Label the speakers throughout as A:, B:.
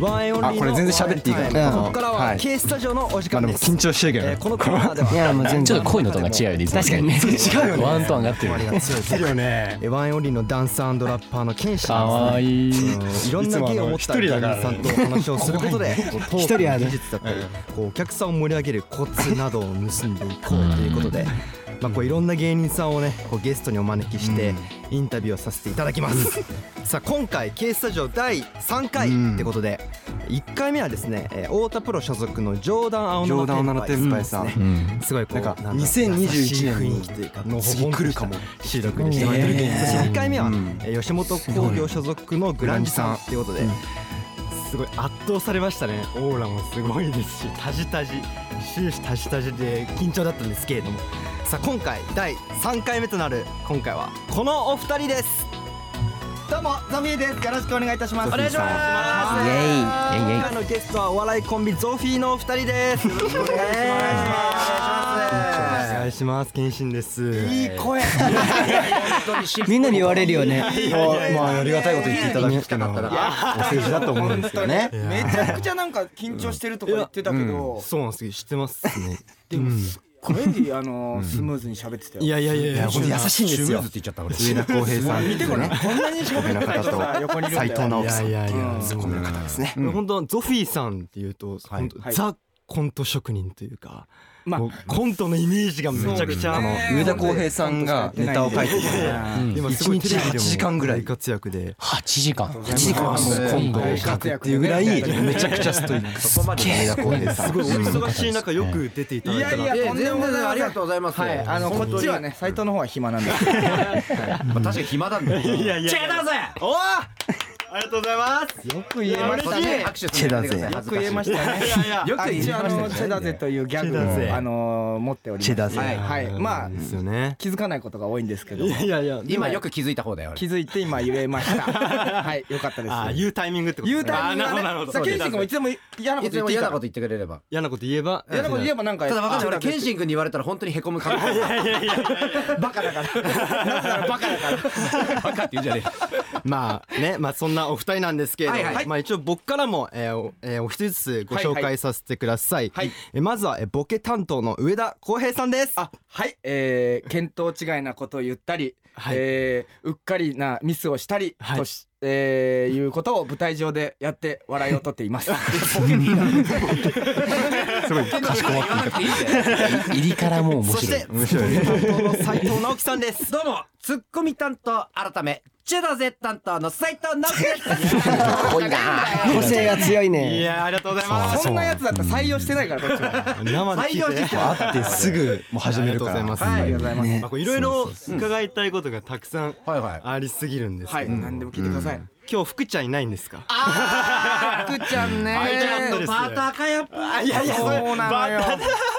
A: ワンエンオンリーの
B: あこれ全然喋っていいからね
A: ワンエンタイムここから
B: は
A: はい K スタジオのお時
B: ま
A: 間
B: あで
A: で
B: も
A: す
B: 緊張してるけど
A: えー
B: ね
A: このコーナーでは
C: いやもう全
D: ちょっ
C: 然
A: こと
C: 恋のトーンが違うよねいつも確か にね
B: 違うよね
D: ワントーン上がってるよね
B: てるよね
A: えーワンエンオンリーのダンスラッパーのケンシ
D: か
A: さん
D: わいい
A: ですねいろんな芸を持った芸人さんとお話をすることでこうトークの技術だったりこうお客さんを盛り上げるコツなどを盗んでいこうということでまあこういろんな芸人さんをねこうゲストにお招きしてインタビューをさせていただきますさあ今回 K スタジオ第3回ってことで1回目はですねえー太田プロ所属のジョーダン青
B: 冗談女の
A: 野
B: 天
A: 天才
B: 才さ
A: さん
B: ん
D: うん
A: すごいこう
B: なんか
A: だろう
B: 2021
A: 優しい
B: 年に
A: 雰囲気というか
B: の次来るかも
A: 収録にしてもらってるけど、そして1回目は、えー吉本興業所属のグランジさんということで、すごい圧倒されましたねオーラもすごいですしたじたじ終始たじたじで緊張だったんですけれどもさあ今回第3回目となる今回はこのお二人ですどうもゾフィーですよろしくお願いいたします
B: ゾフィーさ
A: お
B: ん
A: 願いします
D: イエイイエイイエイ
A: 今回のゲストはお笑いコンビゾフィーのお二人ですよろしくお願いしますお願いします謙信ですいい声
C: みんなに言われるよね
B: まあありがたいこと言っていただくっていうのはお世辞だと思うんですよね
E: めちゃくちゃなんか緊張してるとか言ってたけど、
A: そうなんですけど知ってますね
E: でもすっごいあのスムーズに喋ってたよ。
A: いやいやいやいや
B: ほんと優しいんですよ上田浩平さん見てこれ
E: こんなに喋
B: 上の方と斉藤直樹さん
A: やいや
B: ツッコミの方ですね
A: 本当ゾフィーさんっていうと、本当
E: はい
A: ザコント職人というか、
E: まあ
A: もうコントのイメージがめちゃくちゃ、
E: そうですね
B: 上田浩平さんがネタを書いてる
A: 今すごい
B: 一日
A: テレビでも
B: 8時間ぐらい
A: 大活躍で
D: 8時間
E: 8時間
B: もうコントを書くっていうぐらいめちゃくちゃストイックす上田浩平さん
A: お忙しい中よく出ていただいた
E: い
A: な
E: やいやとんでもない
F: ありがとうございます。
E: はい、あのこっちはね、斎藤の方は暇なんだ。
F: まあ確かに暇なんだよ。
A: いやいやチェダぜおおありがとうございます
E: よく言えましたね。
F: 拍手するのやめてください
E: よく
F: 恥ずかし
E: 言えましたね。
A: いや
F: よく言えましたね
E: 一応あのチェダゼというギャグをあの持っております。
B: チェダゼ
E: はいはい。まあ
A: ですよね
E: 気づかないことが多いんですけど、
A: いやいや
F: い今よく気づいた方だよ。
E: 気づいて今言えました。はい、よかったです。
A: ああ言うタイミングってこと
E: 言うタイミング
A: あーなる
E: が
A: ほ
E: ね、
A: ど
E: さ
A: なるほど
E: あケンシン君もいつでも嫌な
F: 俺
E: こ
F: い
E: と言っ
F: つでも
E: ていい
F: 嫌
E: から
F: なこと。言ってくれれば。
A: 嫌なこと言えば
E: 嫌なこと言えばなんか。
F: ただ分かんない。俺
E: チェダ
F: 謙
E: ゼ
F: 信君に言われたら本当に凹む覚悟。バカだから。バカだから。バカって言うんじゃねえ。
A: まあね、まあそんなお二人なんですけれども、
F: はいはい
A: まあ一応僕からも、えーおえーお一人ずつご紹
E: はいは
A: 介
E: い
A: させてください。
E: はい
A: えまずはえーボケ担当の上田浩平さんです。
E: あはい、えー、見当違いなことを言ったり、
A: はい
E: えーうっかりなミスをしたり、
A: はい
E: としえー、いうことを舞台上でやって笑いを取ってい ます。
B: すごい
F: かしこまって言わなくていいんだよ。
D: 入りからもう面
A: そし
D: 白い
A: てツッコミ担当の斉藤直樹さんです。
F: どうも、ツッコミ担当改め、チェダゼ担当の斉藤直樹です。
C: 個性が強いね
A: やありがとうござい
D: あ
E: そんなやつだったら採用してないからこっちは。
A: 生で聞いて、ね、
B: 会ってすぐもう始めるから
A: ありがとうございます
E: ありがとうございます。
A: まあこういろいろ伺いたいことがたくさん
F: はいはい。
A: ありすぎるんです
E: は
A: け
E: い、
A: ど、
E: 何でも聞いてください。
A: 今日福ちゃんいないんですか？
E: 福ちゃんね。
A: いじゃあ
F: バーターかやっぱ。
E: いやいやそうなのよ。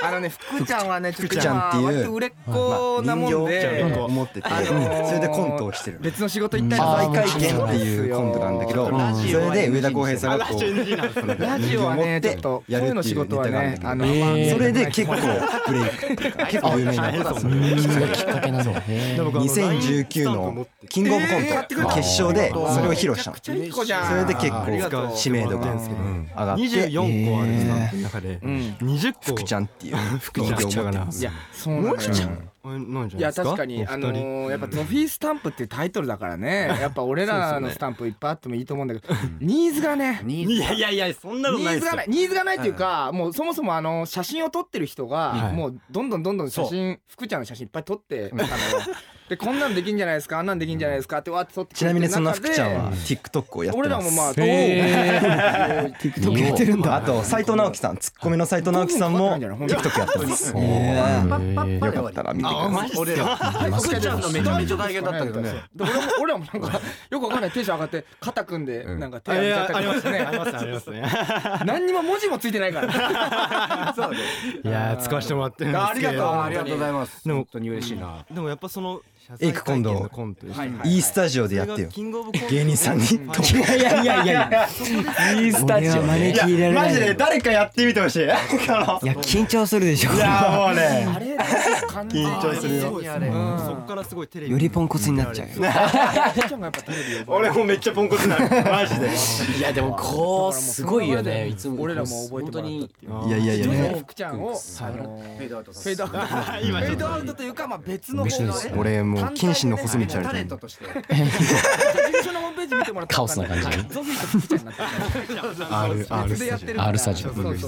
E: あのね福ちゃんはねちょっと
B: 福ちゃんっていう
E: 今割と売れっ子なもんで。
B: 人形を持ってて、
E: あのー
B: それでコントをしてる
E: 別の仕事行ったりとか
B: 謝罪会見っていうコントなんだけど、
E: ラ
B: そ
E: ジオは
B: れで上田浩平さんがこう
E: ラジオはねちょっ
B: 人形を持
E: と
B: やる
E: 声
B: って
E: の仕
B: いうネ
E: 事は
B: タがあるん
E: ね
B: だけど
E: あの
B: それで結構ブレイクっていうか結構有名になったんですよ
D: きっかけなのへー
B: 2019のキングオブコントの決勝でそれを披露したのそ
E: 一個じゃん。
B: れで結
E: ありがと
B: 構
E: う
B: 知名度が上がって
A: 24個あるスタンプの中で
E: ん
A: 20個
B: 福ちゃんっていう
A: 福ちゃん
B: 人形を持って
A: な
B: ま
A: ん
B: す
E: いや、そうなのよ
A: なんじゃな
E: い
A: い
E: や
A: ですか？
E: 確かにあのーやっぱゾフィースタンプっていうタイトルだからねやっぱ俺らのスタンプいっぱいあってもいいと思うんだけどニーズがね
F: ニーズ
A: いやいやいやそんなの
E: ニ
A: ない
E: ー
A: で
E: ズ
A: すよ
E: がないニーズがないっていうかもうそもそもあの写真を撮ってる人
A: は
E: が
A: い
E: もうどんどんどんどん写真福ちゃんの写真いっぱい撮ってたのよでこんなんできんじゃないですかあんなんできんじゃないですかってわーって撮って
B: ちなみにその福ちゃんは TikTok をやってます
E: 俺らもまあ
D: へ
B: 見
D: 見
B: え
D: え
B: て
D: て
B: る
D: る
B: んだあと斎藤直樹さんツッコミの斎藤直樹さんも TikTok やってます
F: パッパッパで終
B: よか
F: わ
B: っ
F: り
B: たら見てください
F: 俺ら。僕ちゃんのめちゃめちゃ大変だったけどね。
E: で俺も俺らもなんかよくわかんないテンション上がって肩組んでなんか手
A: あ
E: 上
A: い
E: げちゃっ
A: や
E: た
A: あ
E: り
A: り
E: と
A: ます
E: か
A: ねあり
E: してね
A: ますねありますね。
E: 何にも文字もついてないから
A: いやー使わせてもらってるんですけれど
F: ありがとうございます。
A: でも
F: 本当に嬉しいな。
A: でもやっぱそのエイク今度
B: コント一緒
E: はい
B: に
E: はい
A: いいスタジオでやってよ
B: キングオブコント
A: 芸人さんに
B: ファイ
C: いやいやいやいや
D: いいスタ
C: 俺
D: ジオ
C: は招き入れられない
A: マジで誰かやってみてほしいこの
C: いや緊張するでしょ
A: いやもう
E: あ
A: ね
E: れ緊
A: 緊張するよ
B: ナルうんそっからすごいテレビ
C: よりポンコツになっちゃう
A: 俺もめっちゃポンコツなのマジで
D: いやでもこうすごいよねいつも
E: 俺らも覚えてもらったっていう
A: いやいやいやね
E: 福ちゃんをあのフェードアウトフェードアウト
B: フェードアウトというかまあ別の
D: 別
B: 方
D: で
B: の
D: す
B: ね
A: 俺もう
B: 単
A: 剣
B: 体
A: 心の
B: のね
A: 細道あると
B: タレ
A: 思
B: ン
A: う
B: トとして事務所のホームページ見てもらったら
D: カオスな感じね
E: ゾフィーと福ちゃんになってる
A: R R
E: でやってる
D: R スタジオ
E: そうそうそ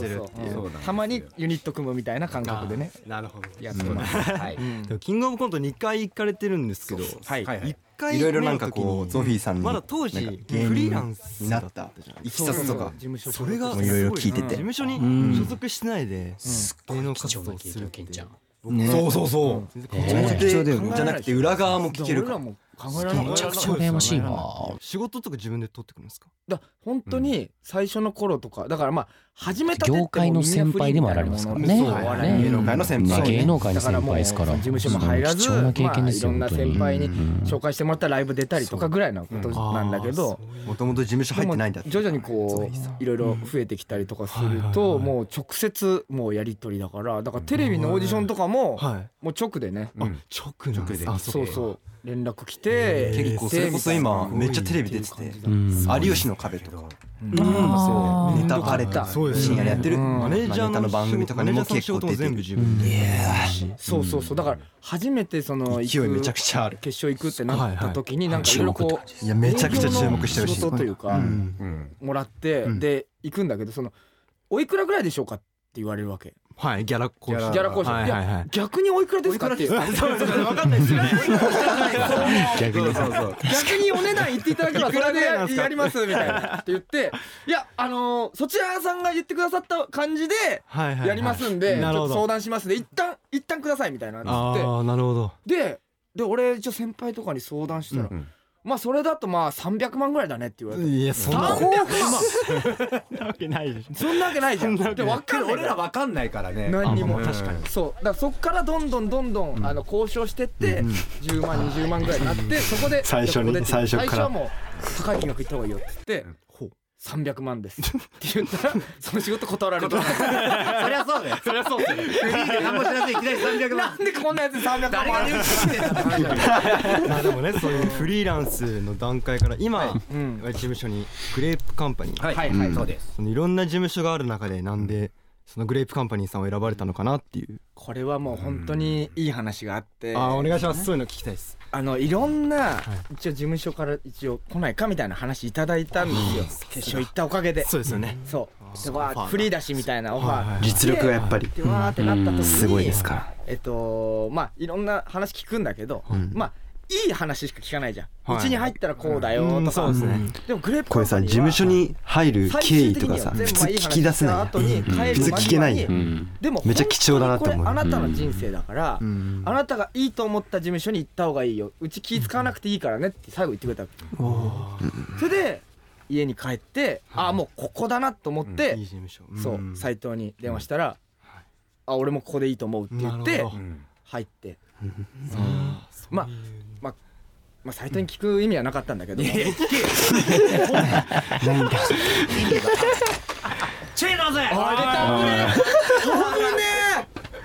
E: うたまにユニット組むみたいな感覚でね
B: なるほど
E: やってますはい
A: でもキングオブコント2回行かれてるんですけど
E: はい
B: はいはい
A: 一回
B: いろいろ
A: 目
B: なん
A: の
B: か
A: 時
B: こう
A: にゾフィーさんに
B: まだ当時
A: なんか芸人
B: フリーランス
A: になったいきさつとか
E: 事務所
B: それが
A: もういろいろ聞いて
B: うん
A: て
B: 事務所に所属してないで芸能活
D: 貴重
B: 動
D: な
B: を
D: 経
B: する
D: 験
B: って
D: ケンちゃん
C: ね
A: そうそうそう
C: え
A: で
C: 貴重だよね
A: じゃなくて裏側も聞ける
E: 俺
A: からら
E: も考えられなか
D: め
E: っ
D: ち
E: た
D: ゃくちゃ羨ましいな
B: 仕事とか自分で取ってくるんですか
E: だ本当に最初の頃とかだからまあ始めた
D: 業界の先輩でもあられますからね
E: そうお笑い
D: ね
A: 芸能界の先
D: まあ
A: 輩
D: 芸
A: ね
D: 能界の先輩ですから
E: だからもう事務所も入らず
D: 貴重な経験ですよ
E: まあいろんな先輩に紹介してもらったライブ出たりとかぐらいのことなんだけど、
A: もともと事務所入ってないんだって
E: 徐々にこういろいろ増えてきたりとかするともう直接もうやり取りだからだからテレビのオーディションとかも
A: はい
E: もう直でね
A: あ直なんですあ
E: そうそう連絡来て
A: 結構それこそ今めっちゃテレビ出てて
D: うん
A: 有吉の壁とか
E: そう
A: ネタバレた
B: そうです
A: 深
B: ね
A: 夜でやってる
E: うん
A: マ
B: マ
A: ネ
B: ネ
A: ー
B: ー
A: ジ
B: ジ
A: ャ
B: ャ
A: ー
B: ー
A: の
B: の
A: 番組とかにも結構出て
B: 全部
A: る
B: 自分で
E: そうそうそうだから初めてその
A: 勢いめちゃく
E: ちゃ
A: ちゃある
E: 決勝行くってなった時になんかいろいろこう
A: いやめちゃくちゃ注目してほしい
E: 営業の仕事というか
A: ん
E: もらって
A: ん
E: で行くんだけどそのおいくらぐらいでしょうかって言われるわけ
A: はいギャラ交渉
E: ギャラ交渉
A: はいはいはい
E: 逆においくらですかって
B: 分かんないですよね
D: 逆に
E: 逆 にお値段言っていただけばそれでややりますみたいなって言って いやあのーそちらさんが言ってくださった感じで
A: はいはいはい
E: やりますんでちょ
A: な
E: っ
A: るほ
E: と
A: ど
E: 相談しますで一旦一旦くださいみたいなのって
A: ああなるほど
E: でで俺一応先輩とかに相談したら
B: うん
E: まあそれだとまあ300万ぐらいだねって言われて
A: いやそんな
E: 300万 そんなわけないじゃんで分 かんない
B: 俺ら分かんないからね
E: 何にも
B: うん
E: 確かにそうだからそっからどんどんどんどん、あの交渉してって、10万20万ぐらいになってそこで
A: 最初に
E: じゃあここでって
A: 最初から
E: 最初はもう高い金額いった方がいいよって言って。300万ですって言ったらその仕事断られた
B: そりゃそうだ よそりゃそうだよフリーで何もしなくていきなり300
E: な
B: 万
E: んでこんなやつに300万
B: 誰
E: も
B: が入手してんだって話だよ
A: まあでもねそういうフリーランスの段階から今
E: うん
A: 事務所にグレープカンパニー
B: はいはいはいそうです
A: そのいろんな事務所がある中でなんでそのグレープカンパニーさんを選ばれたのかなっていう
E: これはもう本当にいい話があって、
A: お願いしますそういうの聞きたいです
E: あのいろんな一応事務所から一応来ないかみたいな話いただいたんですよ決勝行ったおかげで
A: そうですよね
E: そうでわーフリーだしみたいなオファー
A: 実力がやっぱり
E: ってわーってなった時に
A: すごいですから
E: えっとまあいろんな話聞くんだけど、まあいい話しか聞かないじゃんうち、
A: はい
E: に入ったらこうだよとか、
A: うんそうですね
E: でもグレープ
A: これさ事務所に入る経緯とかさ普通聞き出せない普通聞けないよ
E: でも
A: めっちゃ貴重だなと思う
E: 本当にこれあなたの人生だから、あなたがいいと思った事務所に行った方がいいようち気使わなくていいからねって最後言ってくれたわけそれで家に帰って、ああもうここだなと思って、
A: いい事務所
E: そう斎藤に電話したら「あ俺もここでいいと思う」って言っ
A: な
E: て
A: るほ
E: 入ってまあまあまあ斎藤に聞く意味はなかったんだけど
B: チェーンだぜ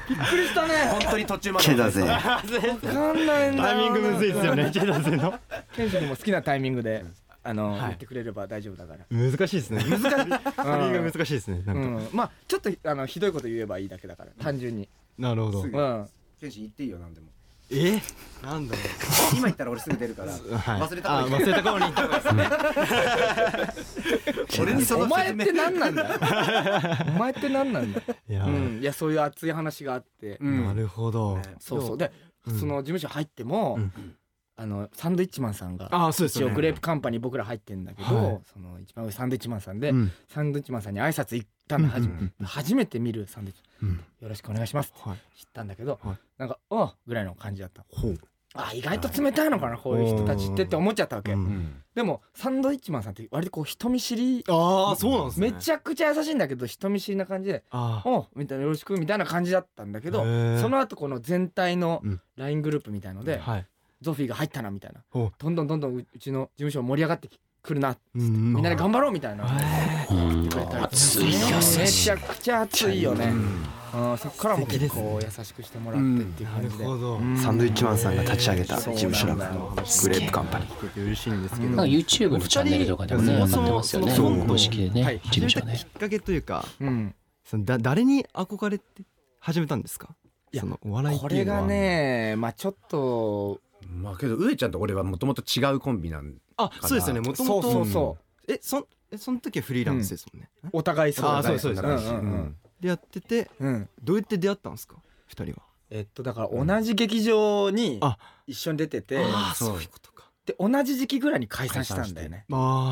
E: びっくりしたね
B: 本当に途中まで
A: けだぜ
E: 分かんないんだよな
A: むずいですよねけだぜの
E: ケンシ君も好きなタイミングであの言ってくれれば大丈夫だから
A: 難しいですね難しい振りが難しいですねな
E: うん
A: か
E: んまあちょっとあのひどいこと言えばいいだけだから単純に
A: なるほど
E: うん
B: 天心言っていいよ何でも
A: えなんだろう
B: 今言ったら俺すぐ出るから
A: はい
B: 忘れた
A: あ忘れた頃に言った方がいい
B: 俺にそ
E: お
B: の
E: 前っ
B: 説明
E: て何なんだよ お前って何なんだよ
A: いや
E: うんいやそういう熱い話があって
B: うん
A: なるほど
E: そうそうで、その事務所入っても、あのサンドイッチマンさんが
A: ああそうです
E: 一
A: よ
E: 応
A: ね
E: グレープカンパニー僕ら入ってんだけど、
A: はい
E: その一番上サンドイッチマンさんで、
A: うん
E: サンドイッチマンさんに挨拶行ったんだ、初め初めて見るサンドイッチ、
A: うん
E: よろしくお願いしますって
A: はい
E: 言ったんだけど、
A: はい
E: なんか「おうぐらいの感じだった
A: ほう
E: あ意外と冷たいのかなこういう人たちってって思っちゃったわけ、
A: うん
E: でもサンドイッチマンさんって割とこう人見知り
A: ああそうなんですね
E: めちゃくちゃ優しいんだけど人見知りな感じで
A: あ
E: おうみたいなよろしくみたいな感じだったんだけど
A: へー
E: その後この全体の
A: うん
E: LINE グループみたいので、
A: はい
E: ゾフィーが入ったなみたいな
A: お
E: どんどんどんどんううちの事務所盛り上がってくるな
A: うん
E: みんなで頑張ろうみたいな
D: うん
E: 熱いよめちゃくちゃ熱いよねうんそこからも結構優しくしてもらってっていう
A: な
E: 感
A: る
E: じで
A: ほど
B: サンドイッチマンさんが立ち上げた事務所だから
E: そうなんだよ
B: グレープカンパニー
A: 嬉しいんですけ
D: なん
A: ど
D: か YouTube のチャンネルとかでもね上がってますよね
A: そう
D: 公式でね、
E: はい
D: 事務所ね
A: きっかけというか
E: うん
A: そのだ誰に憧れて始めたんですかそのお笑いっ
E: こ
A: てい
E: れ
A: うのは
E: がねまあちょっと
F: まあけど上ちゃんと俺はもともと違うコンビなん
A: あそうですよねもとも
E: そうそう
A: と
E: そ
A: えそんえその時はフリーランスですもんね
E: うお互いそうだね
A: あそうですそうです
E: んうん
A: でやってて
E: うんうん
A: どうやって出会ったんですか二人は
E: えっとだから同じ劇場に
A: あ
E: 一緒に出てて
A: ああ
F: そう
A: そういうことか
E: で同じ時期ぐらいに解散したんだよね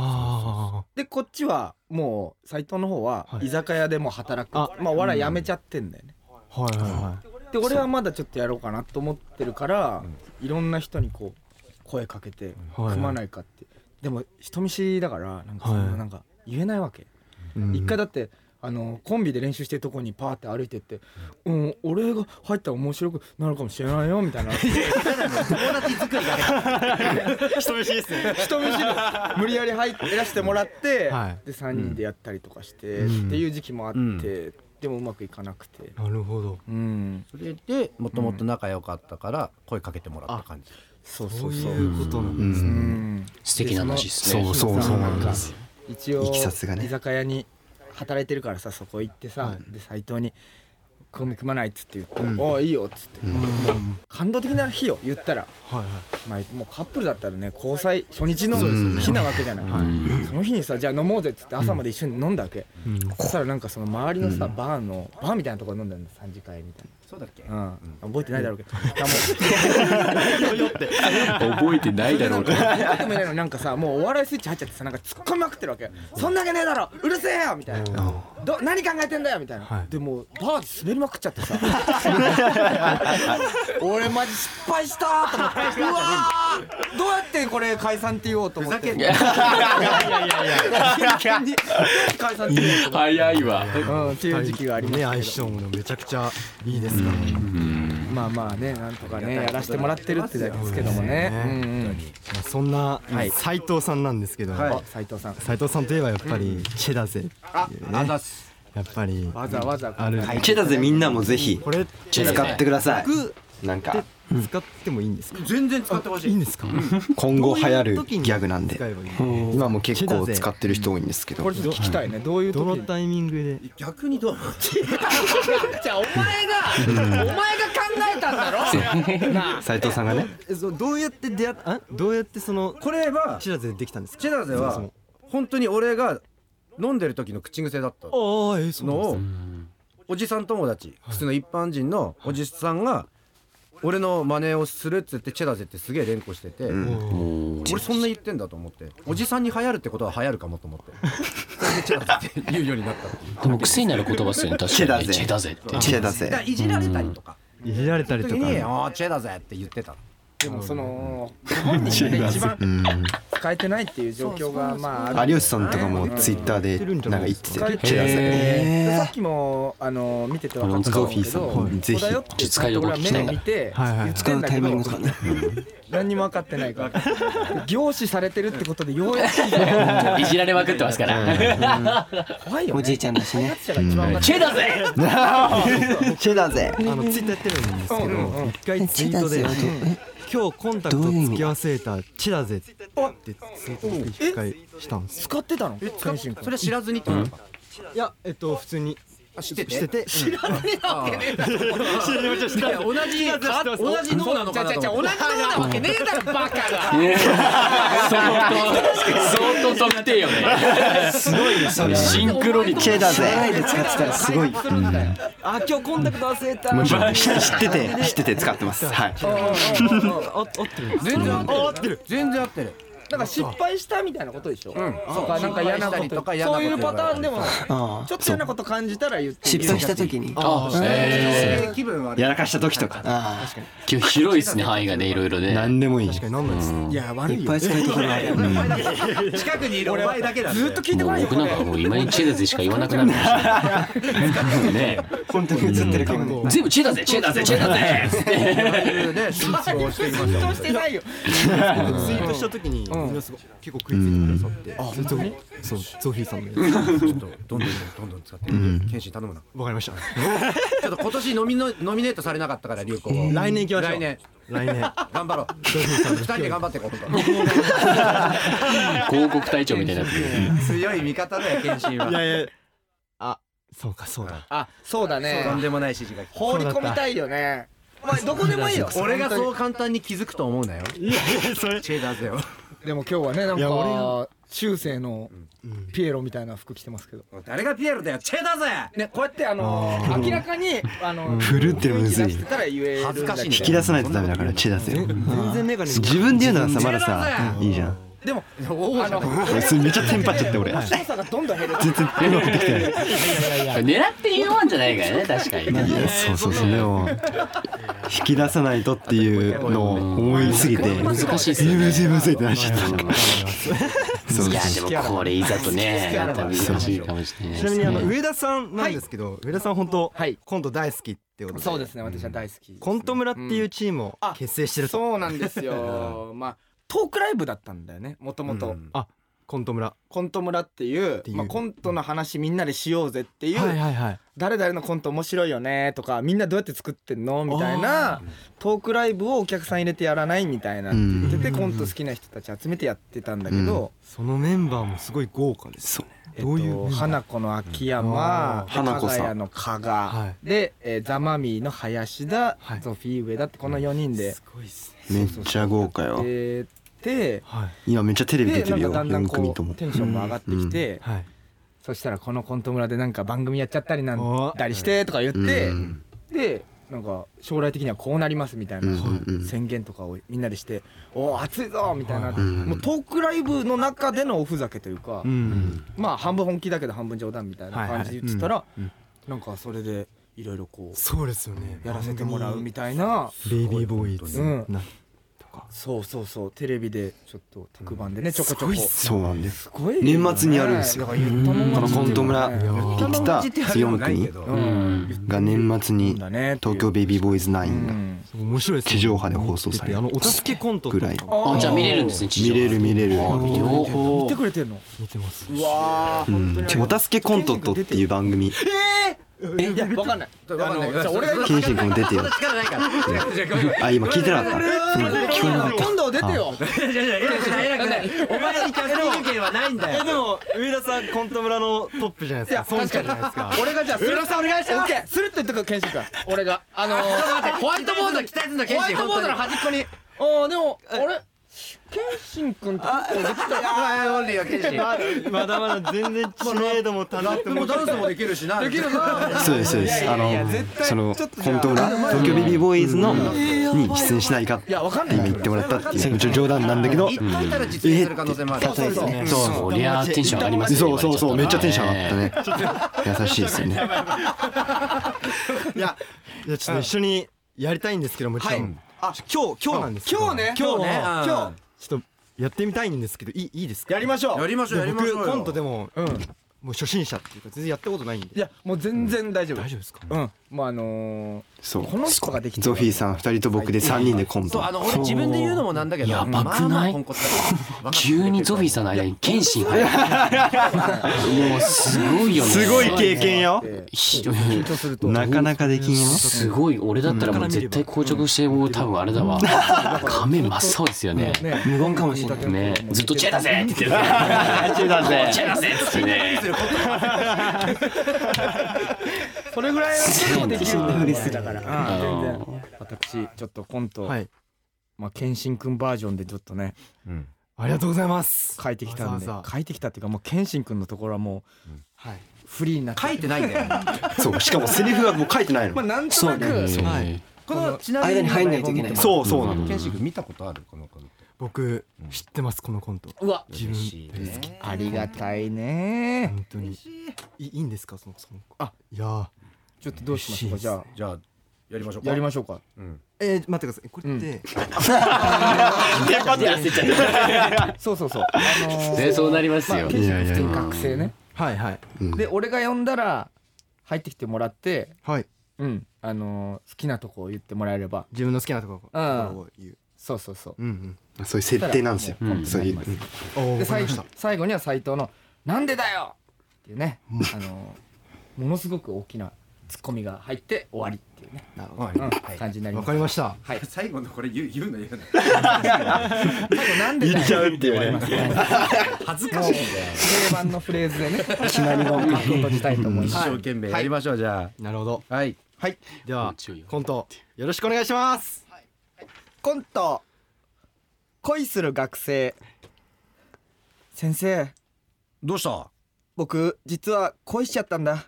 A: あ
E: でこっちはもう斎藤の方は
A: はい
E: 居酒屋でもう働く、
A: あ
E: まあお笑いやめちゃってんだよね、
A: あはいはいはい
E: で俺はまだちょっとやろうかなと思ってるから、いろんな人にこう声かけて
A: はい
E: 組まないかって、でも人見知りだからなんかそんな
A: はい
E: なんか言えないわけ、
A: うん
E: 一回だってあのコンビで練習してるとこにパーって歩いてって「うん俺が入ったら面白くなるかもしれないよ」みたいな
A: 人見知りですね
E: 人見知り無理やり入らせてもらって、
A: はい
E: で3人でやったりとかして、
A: うん
E: っていう時期もあって、
F: うん
E: でもうまくいかなくて、
A: なるほど
E: うん、
F: それでもともと仲良かったから声かけてもらった感じ、
E: そう
A: そ
E: そううそう
A: いうことなんです
E: う
A: ね
E: ん
D: 素敵な話ですね
B: そうそうそうなんですよ
E: 一応
B: いきさつがね
E: 居酒屋に働いてるからさそこ行ってさ、で斎藤に「コンビ組まない」っつって言って「おおいいよ」っつって、もう感動的な日よ言ったら、
A: はいはい
E: まあ、もうカップルだったらね交際初日の日なわけじゃない、その日にさじゃあ飲もうぜっつって朝まで一緒に飲んだわけ、そしたらなんかその周りのさ、バーのバーみたいなところ飲んだんだ3次会みたいな。
F: そうだっけ
E: うん、覚えてないだろうけど、あもう
B: 覚えてないだろうと
E: やってもいないのになんかさもうお笑いスイッチ入っちゃってさなんか突っ込みまくってるわけそんなわけねえだろうるせえよみたいなど何考えてんだよみたいな、
A: はい
E: でもうバーで滑りまくっちゃって さ俺マジ失敗したーと思ってうわーどうやってこれ解散って言おうと思っていやいやい や真剣にどうやって解散って言おうと思っ
B: 早いわ
E: て、うん、っていう時期がありま
A: ね
E: したけ
A: 相
E: ど、
A: 性もめちゃくちゃいいですからね
E: まあまあねなんとかねやらせてもらってるってだけですけど
A: そうです
E: もね
A: ね
E: うんうん
A: まあそんな
E: はい
A: 斉藤さんなんですけど
E: あ斉藤さん
A: 斉藤さんといえばやっぱりチェだぜ
F: あ、あざっす
A: やっぱり
E: わざわざ
A: ある
B: チェダぜみんなもぜひ
A: これ
B: 使ってくださ
A: 僕
B: いなんか
A: 使ってもいいんですか
F: 全然使ってほし
A: いいん
F: い
A: ですか
B: 今後流行る
A: どういう時
B: ギ
A: に
B: ャグなんで
A: 使えばいいの
B: 今も結構使ってる人多いんですけど
E: これちょっと聞きたいねどういう時
A: どの
E: に
A: タイミングで
F: 逆にどう思う
E: じゃあお前がお前が考えたんだろ
B: 斉藤さんがね
A: えそうどうやって出会ったんどうやってその
F: これは
A: チェだぜできたんですか
F: チェダーゼ
A: そも
F: は本当に俺が飲んでる時の口癖だった
A: そもああえーそうな
F: の
A: んです
F: をおじさん友達普通の一般人のおじさんが俺の真似をするっつってチェダーゼってすげえ連呼してて俺そんな言ってんだと思っておじさんに流行るってことは流行るかもと思ってそれでチェダーゼって言うようになったっていう
D: でも癖になる言葉ですよね確かにね
B: チ
D: チ
B: ェ
D: ェだぜって
B: チェダぜ
F: だからいじられたりとか
A: いじられたりと
F: 時
A: か
F: に「
A: ね
F: ああチェダーゼ」って言ってた
E: でもその日本にね 一番使えてないっていう状況がまあある
B: 有吉さんとかもツイッターでなんか言ってて
E: うん
B: チェダぜ
E: でさっきもあの見てて分かったんだけど
B: ゾフィーさんはいぜひ
E: ここだよって
D: 実家予告
E: 俺は目を見て
A: はいはい
E: 言ってんだけ
C: タイミン
E: ど
C: グとかね
E: 何にも分かってないから凝視されてるってことでようやく
D: いじられまくってますから、
E: 怖いよ
C: おじい
E: ね
C: ちゃんだし
E: 開
C: ね
E: 発者が一番分かって
D: チェだぜ
B: チェダぜ
A: あのツイッターやってるんですけ
E: うんうんう
A: ど
E: ん
A: 一回ツイートで
C: チェダぜ
A: 今日コンタクト付き合わせたチェだぜってツイート一回したんです
E: 使ってたの
F: そ
E: 天心君
F: れ知らずにってことか
A: いやえっと普通に
F: あ知っ
A: して
F: て
A: て知ら
F: いや同じ同じ脳なのかなと
E: じよう
F: 思って
E: なわけねえだろバカが
D: 相当相当特定よねすごいシンクロ率
B: チェダぜ
C: ないで使ってたらすごい
A: あ今日コンタクト忘れた
B: もちろん知ってて知ってて使ってますはい
A: あ合ってる
F: 全然合ってる全然合ってる
E: なんか失敗したみたいなことでしょ、
F: そう
E: かなんか嫌なこと
F: 失敗したりとか嫌なこ
E: そう
F: と
E: いうパターンでも
C: あ
E: ちょっと嫌なこと感じたら言っていい
C: 失敗した時に
D: ああ、え
F: 気分はある
B: やらかした時とか
C: あ
D: え今日広いですね、範囲がね、いろいろね。
B: 何でもいい
A: 確かに何なんです
E: いや
C: あ
E: 悪
C: い
E: い
C: っ
E: よ
C: ぱい使うところある
F: 近くにいるお前だけだ
E: ずっと聞いてこ
D: も
E: な
D: う
E: いよ
D: 僕なんかもう今にチェダーズしか言わなくなるかもしれないね
C: 本当に映ってるかも
D: 全部チェダーズチェダーズチェダーズ
F: ね進行をしていきましょう
E: してないよ
A: ツイートした時に皆さん結構食いついてくださってあ本当にそうゾフィーさんのや
F: ちょっとどんどんどんどん使って謙信頼むな
A: つわかりました
F: ちょっと今年ノミのノミネートされなかったから流行語
A: 来年行きましょう
F: 来年
A: 来年
F: 頑張ろう二人で頑張っていこう本
D: 広告隊長みたいになってる
F: 当強い味方だよ謙信はい
A: やいやあそうかそうだ
E: あそうだね
F: とんでもない指示が来た
E: 放り込みたいよねお前どこでもいいよ
F: 俺がそう
E: 本
F: 簡単に気づくと思うなよ
A: それ
F: チェダーズよ
E: 当にでも今日はねなん
A: いや俺
E: か中世のピエロみたいな服着てますけど
F: 誰がピエロだよチェダーズ
E: ねこうやってあのー明らかにあの
B: 振るってむずい
E: 雰囲気出してたら言えるんだけ
F: 恥ず
E: ど
F: かしいね
B: 引き出さないとダメだからチェダーズよ
A: 全然メガネ
B: 自分で言うのはさまだ
F: チェダー
B: さ
F: ズ
B: いいじゃん
E: でもあの
B: それめっちゃテンパっちゃって俺
E: 面白さがどんどん減る
B: 全然うまくできてない
D: 狙って言うもんじゃないからね確かに
B: いやそうそうそれを引き出さないとっていうのを思いすぎて
D: 難しいっすよね
B: むずいむずいってなっちゃったそうそう
D: いやでもこれいざとね やったら難しいかもしれない
A: ち
D: で
A: な
D: す
A: みにあの
D: ね
A: 上田さんなんですけど上田さん本当
E: はい
A: コント大好きってことで
E: そうですね私は大好き
A: コント村っていうチームを
E: うんあ
A: 結成してると
E: そうなんで すよまあトークライブだったんだよねもともと
A: コント村
E: コント村っていう
A: ていう
E: まあ、コントの話みんなでしようぜっていう、
A: はいはい
E: 誰々のコント面白いよねとかみんなどうやって作ってんのみたいなトークライブをお客さん入れてやらないみたいなって言ってて、コント好きな人たち集めてやってたんだけど、
A: そのメンバーもすごい豪華ですよねどうい
E: えっと
A: う
E: 花子の秋山、で
B: 花子
E: 加
B: さん
E: 賀屋の加賀、
A: は
E: で、えーザマミーの林田、
A: はい
E: ゾフィー上田ってこの4人で、
A: ごいですね
B: めっちゃ豪華よ
E: えーで
A: はい
B: 今めっちゃテレビ出
E: で
B: て
E: な
B: る
E: ん
B: よ
E: かだんだん
B: 4
E: こ
B: 組とも
E: うテンションも上がってきて、
A: はい
E: そしたらこのコント村でなんか番組やっちゃったりなん
A: お
E: たりしてとか言って、
B: うん
E: でなんか将来的にはこうなりますみたいな
B: うんうんうん
E: 宣言とかをみんなでして「おお熱いぞ!」みたいな、
B: ん
E: もうトークライブの中でのおふざけというか、
A: うん
E: まあ半分本気だけど半分冗談みたいな感じで言ってたら、なんかそれでいろいろこう
A: そうですよね
E: やらせてもらうみたいな。
A: ベイビーボーイズ
E: うん
A: な
E: そうそうそうテレビでちょっと特番でねちょこ
A: す
E: ちょ
A: ご
E: こ
A: いっす
B: そうなんです
E: すごいよ
B: 年末にやるんですよ
E: だから言ったもん
B: こ
E: 勝
B: の
E: ち
B: コント村
E: っていうかね
B: 生きた4組
E: うん
B: が年末に
E: だねっていう
B: 東京ベイビーボーイズ
E: う
B: 9が
E: ん
A: 面白いですね
B: 地上波で放送される
A: あのお助けコント
B: ぐらい
D: あじゃあ見れるんですね地
B: 見
D: 上
B: れる見れる
D: 両
E: 見
D: 方
E: てくれてんの
A: 見てます
E: うわー本当にありがと
B: お助けコントとっていう番組
E: うえいやわかんないあのじゃあ俺が今
B: 謙信君出てよ
F: 力ないから
B: あ今聞いてなかった
E: 聞こえなかった今度出てよ
F: お前にキャスティング権はないんだよ
A: えでも上田さんコント村のトップじゃないですか
E: いや
A: 孫ちゃんじゃないですか
E: 俺がじゃあ浦さんお願いしますオッケーするって言っとく健信君俺があのー ホワイトボード
F: 期待すんだ
E: ホワイトボードの端っこにああでもあれ健信君って結構できた
F: オンリーよ謙信
A: ま まだまだ全然知名度も高くも
F: ダンスもできるしなできるな
B: そうですそうですあのそのコント裏東京ベビーボーイズのに出演しないかって
E: いやわかんない
B: 今言ってもらったっていう一応冗談なんだけど
F: 一回たら実現する可能性もある
B: そうですねそう
D: そりゃテンション上がりますね
B: そうそうそうめっちゃテンション上
D: ね
B: がったね優しいですよね
A: いやいやちょっと一緒にやりたいんですけどもちろん、あ今日今日なんですけど
E: 今日ね
A: 今日ね
F: 今
E: 今
A: ちょっとやってみたいんですけどいいいいです
E: 日
A: か
E: やりましょ
F: や
E: う
F: りましょうやりましょう
A: 僕コントで
F: も
A: も、
E: ん
A: もう初心者っていうか全然やったことないんで
E: いやもう全然大丈夫
A: 大丈夫ですか
E: うんもうあのー
B: そう
E: この人ができてる
B: ゾフィーさん二人と僕で三人でコン
F: そ
B: ト
F: うあの俺自分で言うのもなんだけど
D: やばくない
F: まあまあポンコツだ
D: 急にゾフィーさんの間に謙信入るもうすごいよね
B: すごい経験よ
D: ひ
B: なかなかできんよ
D: すごい俺だったらもう絶対硬直してもう多分あれだわ仮面真っ青ですよね
C: 無言かもしれない
D: ねずっと「チェだぜ!」って言ってるチェだぜチェだぜ!」っつってね
E: それぐらいのこともできるんだよだからうん全然
D: うん
E: 私ちょっとコント
A: はい
E: まあ健信くんバージョンでちょっとね
A: ありがとうございます
E: 書いてきたんで
A: わざわざ
E: 書いてきたっていうかもう健信くんのところはもう
A: はい
E: フリーになって
F: 書いてないんだよ
B: そうしかもセリフはもう書いてない
E: まあ
B: の
E: なんとなく
D: そう
A: はい
F: このちな
C: 間に入んないといけない
B: そうそうなの
D: ん
F: ケンシ君見たことあるこのコント
A: 僕知ってますこのコント
E: うわ
A: 自分大好き
E: ありがたいね
A: 本当にいいいんですかそのその
E: あ
A: いやー
E: ちょっとどうしましょうかじゃあ
F: じゃあやりましょうか
E: やりましょうか
F: うん
A: えー、待ってくださいこれって、
D: テンパって焦っちゃった
E: そうそうそうあのー
D: ねそうなりますよ
E: あケンシロウ普通に
B: いやいや
E: 学生ね
A: はいはい
E: で俺が呼んだら入ってきてもらって
A: はい
E: うんあのー好きなとこを言ってもらえれば
A: 自分の好きなところところを言う
E: そうそうそう
A: うん
B: そういう設定なんですよ
E: うん
B: うんそういう
A: うんおー
E: で最最後には斎藤の「なんでだよ!」っていうねあのものすごく大きなツッコミが入って終わりっていうね、
A: なるほ
F: は
E: うん感じになり
A: ど
E: ま
A: わ
E: す
A: かりました
E: はい
F: 最後のこれ言う言うの言うの
E: 最後なんでだよ
B: っていうね
F: 恥ずかしいね
E: 定番のフレーズでねしなりの格好閉じたいと思い
F: 一
E: ます
F: 生懸命やりましょうじゃ
A: なるほど
F: あはい
A: ではコントよろしくお願いします
E: コント恋する学生先生
F: どうした
E: 僕実は恋しちゃったんだ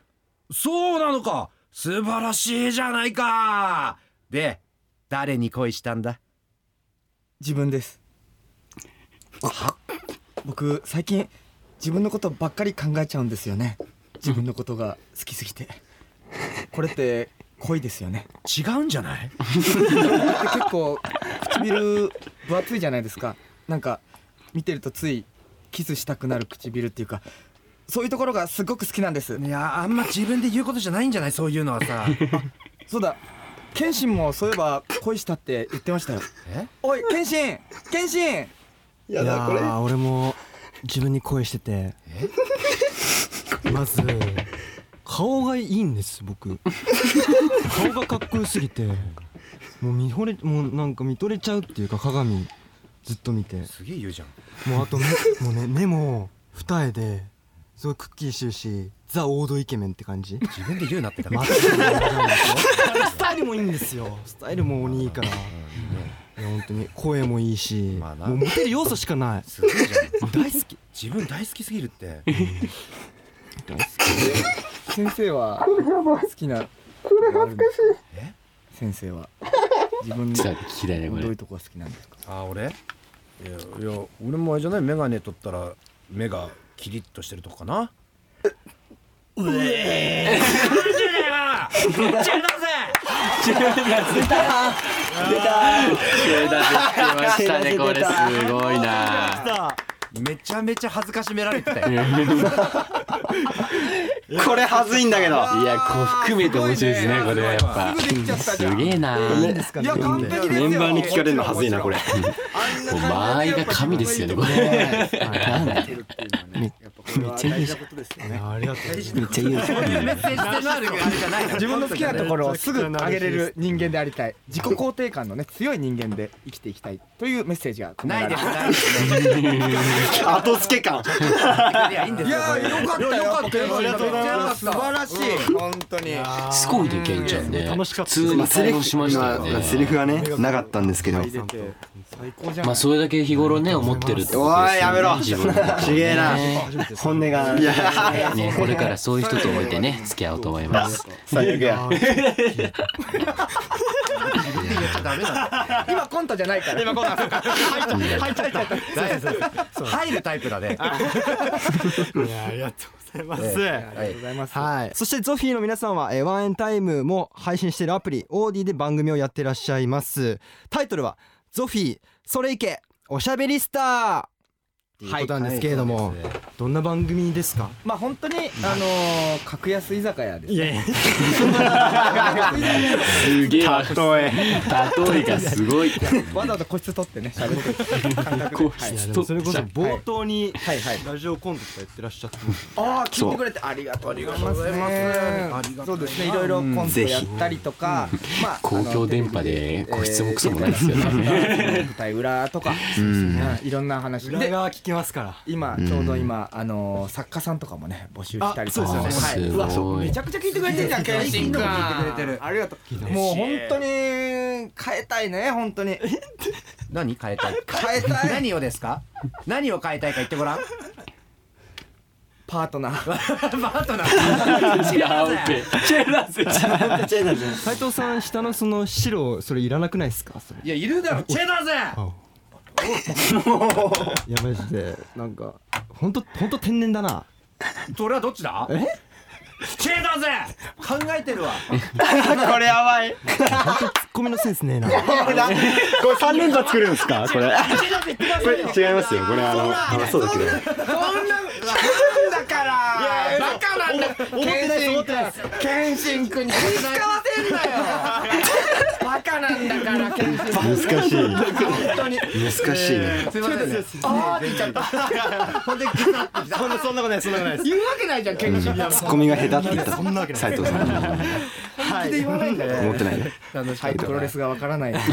F: そうなのか素晴らしいじゃないかで誰に恋したんだ
E: 自分です僕最近自分のことばっかり考えちゃうんですよね自分のことが好きすぎてこれって恋ですよね
F: 違うんじゃない
E: で結構唇分厚いじゃないですかなんか見てるとついキスしたくなる唇っていうかそういうところがすごく好きなんです、
F: いやあんま自分で言うことじゃないんじゃないそういうのは さ
E: そうだ謙信もそういえば恋したって言ってましたよ
F: え
E: おい謙信謙信
A: いやー俺も自分に恋しててまず顔がいいんです僕顔がかっこよすぎてもう見惚れもうなんか見とれちゃうっていうか鏡ずっと見て
F: すげえ言うじゃん
A: もうあと目もうね目も二重ですごいくっきりしてるしザ王道イケメンって感じ
F: 自分で言うなってだ
A: またそうなんですよスタイルもいいんですよスタイルも鬼いいからいや本当に声もいいし、
F: まあな
A: もうモテる要素しかない
F: すげえじゃん
A: 大好き
F: 自分大好きすぎるって
E: 先生は好きなこれ恥ずかしい
F: え
E: 先生は自分
D: ちょっ
E: の
D: と聞きたいねこ
E: どうい
D: れ
E: うとこが好きなんですか
F: あ俺いやいや俺もあれじゃない眼鏡取ったら目がキリッとしてるとこかな
D: 出た出ましたねこれすごいな
F: めちゃめちゃ恥ずかしめられてたよ
B: これはずいんだけど
D: いやこう含めて面白いですねこれやっぱ
E: すぐできちゃったじゃ
D: す
E: ん
D: げえなも
A: ですかね
E: 完璧です
B: メ
E: よ
B: ンバーに聞かれるのはずいなこれ
D: う間合いが神ですよねこれ
E: めっちゃいいことですよ
A: いやありがとうございます
D: めっちゃ言う
E: 自分の好きなところをすぐ上げれる人間でありたい自己肯定感のね強い人間で生きていきたいというメッセージが込めら
F: ない
E: れ
F: で
E: て
F: す
E: い
F: ないですね
B: 後付け感
F: いやいいんですよ
E: やーよかったよ
F: よかったよ
E: ありがとうございます
F: めっちゃよかっ
E: らしい本当に
D: すごいねケンちゃんね
A: 楽しかっ
D: 普
A: た
D: 通に対応しましたよ
B: 今セリ
D: ね
B: フがねなかったんですけど
E: 出て最高じゃん
D: まあそれだけ日頃ね思ってるってこと
B: お
D: ですよね
B: いやめろ
D: 自分のことをね
B: ちげえな
A: 本音
B: いや
D: ねこれからそういう人と思えてね付き合おうと思います
B: 最悪や
F: たダメだ
E: 今コントじゃないから今コント
F: 入るタイプだね
A: ありがとうございます、
E: ありがとうございます
A: はい、そしてゾフィーの皆さんは、えーワンエンタイムも配信しているアプリオーディで番組をやってらっしゃいますタイトルは「ゾフィーそれいけおしゃべりスター」ということなんですけれども、どんな番組ですか
E: まあ本当にあのー格安居酒屋です
A: やいや
D: すげえわ
B: え
D: 例えがすごい
E: わざわざ個室取ってね喋って
D: 個室
A: で
D: と
A: もそれこそ冒頭に
E: はいはい
A: ラジオコントとかやってらっしゃってます
E: ああ聞いてくれてありがとうございますね
F: ありがと
E: そうう
F: ございます
E: ですねいろいろコントやったりとかまあ
D: 公共電波で個室もクソもないですよね
E: ね舞台裏とかうんいろんな話
A: 裏
E: で
A: 側聞けますから
E: 今ちょうど今あのー作家さんとかもね募集したりとか
A: あそう
D: ですよね
E: はいうわそうめちゃくちゃ聞いてくれてるじゃんケンシン君聞いてくれてるありがとうもう本当に変えたいね本当に
F: 何変えたい
E: 変えたい
F: 何をですか何を変えたいか言ってごらん
E: パートナー
F: バートナー
D: 違うって
A: 斉藤さん下のその白それいらなくないですかそれ
F: いやいるだろチェダー
A: いやマジでなんか本当本当天然だな
F: それはどっちだえチェだぜ考えてる わ
C: これやばい。
A: 本当ツッコミのセンスね えな
B: これ3連打作れるんですかこれこ れ違いますよこれあのあそうだけど
E: バカなんだ謙信君に使わせんなよバカなんだから謙信君
B: 難しい難しいね
F: すいませんね
E: あーって言っちゃった
A: そんなそんなことないそんなことないです
E: 言うわけないじゃん謙信には
B: ツッコミが下手って言った斉藤さん
E: 気で言わないんだ
B: 思ってないで
E: 楽しいプロレスがわからない
A: はい、え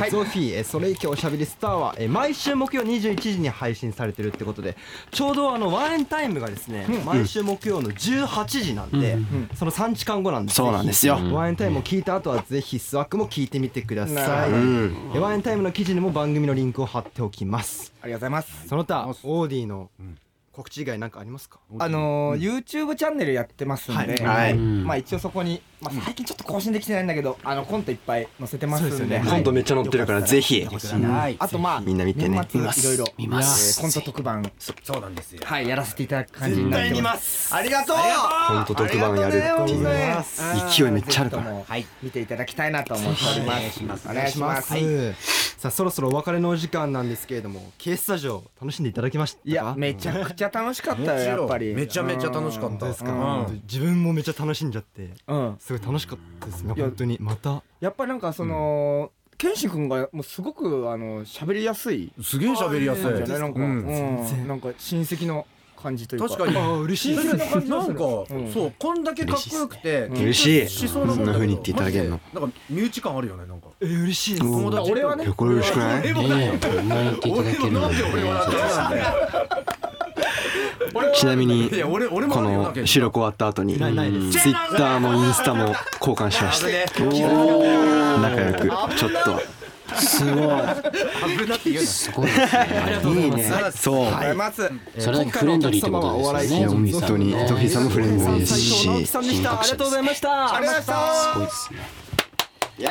A: ーゾフィー、えー、それ以降おしゃべりスターは、えー毎週木曜21時に配信されてるってことでちょうどあのワインタイムがですね、毎週木曜の18時なんで、その3時間後なんです
B: そうなんですよ
A: ワインタイムを聞いた後はぜひスワックも聞いてみてください、えーワインタイムの記事にも番組のリンクを貼っておきます
E: ありがとうございます
A: その他オーディの告知以外何かありますか
E: あのー YouTube チャンネルやってますんで、
B: はい
E: まあ一応そこに、まあ、最近ちょっと更新できてないんだけどあのコントいっぱい載せてますんで
A: そうですよね
E: は
B: コ
E: い
B: ントめっちゃ載ってるからぜひ
F: はい
E: あとまあ
B: みんな見てね
E: 年末
B: 見ます
E: いろいろ
B: 見ます
E: えーコント特番
F: そうなんですよ
E: はいやらせていただく感じになってます
A: す
E: ありがとう
B: コント特番やるっていう勢いめっちゃあるから
E: はい見ていただきたいなと思っておりますお願いしますはい
A: さあそろそろお別れのお時間なんですけれども K スタジオ楽しんでいただきましたか
E: いやめちゃくちゃ楽しかったよやっぱり
F: めちゃめちゃ楽しかっ
A: 本
F: た
A: 当ですか、
E: うん
A: 本当に自分もめっちゃ楽しんじゃって
E: うん
A: すごい楽しかったですね
E: いや
A: 本当にまた
E: やっぱりなんかその健信君がもうすごくあの喋りやすい
F: すげえ喋りやすい
E: じゃないなんかう
F: うん
E: んなんか親戚の感じというか
F: 確かに
A: あ嬉しい
E: 親
A: で
E: 戚
A: す
E: の感じ
F: な
E: が
F: ん
E: す
F: か
E: るうん
F: そうこんだけかっこよくて
B: 嬉しいっす
F: し
B: ね
F: そうなもんだけど
B: 嬉しいそんな風に言っていただけるの
F: マジでなんか身内感あるよねなんか
A: えー嬉しいです
F: 友達
E: 俺はね
B: これ嬉しくな
D: ね
B: い
D: えこんなに言っていただけるのはね
B: ちなみに
F: いや俺俺も
B: こ
F: あるよだ
B: の
F: けど
B: 収録終わった後にツイ
A: ないないで
B: ッターもインスタも交換しました仲良くちょっと
D: すごい
F: 危なって言う
D: すごいですね
B: いいねそう
E: ありがとうございます
D: それだけフレンドリーってことですよね
B: いや
D: ゾンビ
B: 本
D: さん
B: 当にゾフィーさんもフレンドリーですし
A: 斉藤直樹さんでしたありがとうございました
E: ありがとうございました
D: すごいですね